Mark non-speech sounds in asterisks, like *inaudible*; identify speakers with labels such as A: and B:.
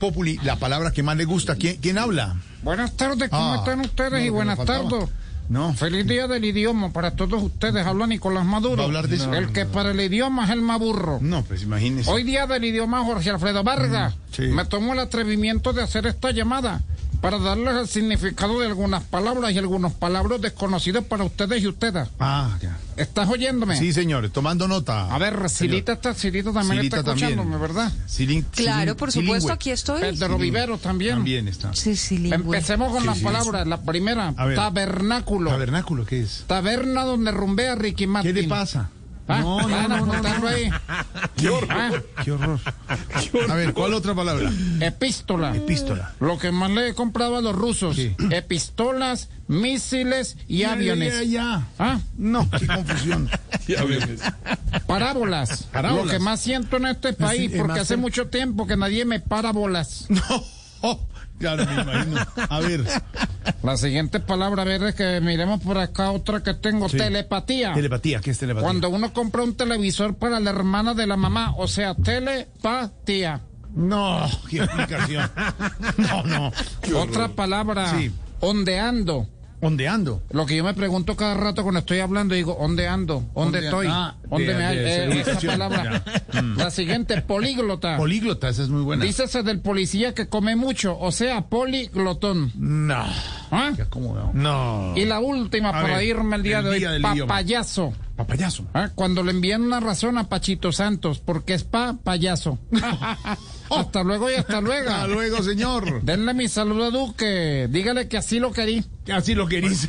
A: Populi, la palabra que más le gusta. ¿Quién, quién habla?
B: Buenas tardes, ¿cómo
A: Ah,
B: están ustedes?
A: no, que
B: y
A: me
B: buenas
A: faltaba.
B: tardes.
A: No.
B: Feliz día del idioma para todos ustedes. Habla Nicolás Maduro.
A: ¿Va a hablar de eso?
B: El
A: No,
B: que
A: no, no.
B: para el idioma es el más burro.
A: No, pues imagínese.
B: Hoy día del idioma Jorge Alfredo Vargas.
A: Mm, sí.
B: Me tomó el atrevimiento de hacer esta llamada para darles el significado de algunas palabras y algunos palabras desconocidos para ustedes y ustedes.
A: Ah, ya.
B: ¿Estás oyéndome?
A: Sí, señores, tomando nota.
B: Eh. A ver, Silita está, Silita también
A: Silita
B: está
A: también.
B: escuchándome, ¿verdad?
A: Silin-
C: Claro,
A: silin-
C: por supuesto,
A: silingüe.
C: aquí estoy.
B: El de los viveros también.
A: También está.
C: Sí, sí, lingüe.
B: Empecemos con
A: Sí,
B: las
A: sí.
B: palabras. La primera,
A: A ver.
B: tabernáculo.
A: ¿Tabernáculo qué es?
B: Taberna donde rumbea Ricky Martin.
A: ¿Qué le pasa?
B: Ah,
A: No, no,
B: van a
A: no, no, no.
B: anotarlo ahí.
A: Qué horror.
B: Ah.
A: Qué horror. A ver, ¿cuál otra palabra?
B: Epístola.
A: Epístola.
B: Lo que más le compraba a los rusos.
A: Sí.
B: Epistolas, misiles y aviones.
A: Ya, ya, ya.
B: Ah,
A: No, qué
B: *laughs*
A: confusión.
B: parábolas.
A: Parábolas.
B: Lo que más siento en este país,
A: eh,
B: porque
A: más
B: hace
A: cerca.
B: mucho tiempo que nadie me para bolas.
A: No. *laughs* oh, claro, me imagino. A ver,
B: La siguiente palabra, a ver, es que miremos por acá otra que tengo,
A: Sí.
B: telepatía.
A: telepatía, ¿qué es telepatía?
B: Ah. Cuando uno compra un televisor para la hermana de la mamá, o sea, telepatía.
A: No, qué explicación. No, no.
B: Otra palabra,
A: Sí.
B: ondeando.
A: Ondeando.
B: Lo que yo me pregunto cada rato cuando estoy hablando, digo, ¿dónde ando? ¿Dónde
A: ¿Dónde-
B: estoy?
A: ah,
B: ¿Dónde
A: de-
B: me hay?
A: de- Mm.
B: Eh,
A: de-
B: esa
A: *laughs*
B: palabra. La siguiente, políglota.
A: Políglota, esa es muy buena.
B: Dícese del policía que come mucho, o sea, poliglotón.
A: No.
B: ¿Ah?
A: Qué acomodado. No.
B: Y la última,
A: A
B: para
A: ver,
B: irme el día
A: el
B: de
A: día
B: hoy,
A: del idioma.
B: papayazo.
A: Papayazo.
B: ¿Ah? Cuando le envían una razón a Pachito Santos, porque
A: *laughs*
B: es papayazo. hasta luego y hasta Ah, luego.
A: Hasta luego, señor. *laughs*
B: Denle mi saludo a Duque. Dígale que así lo querí.
A: Así lo queréis.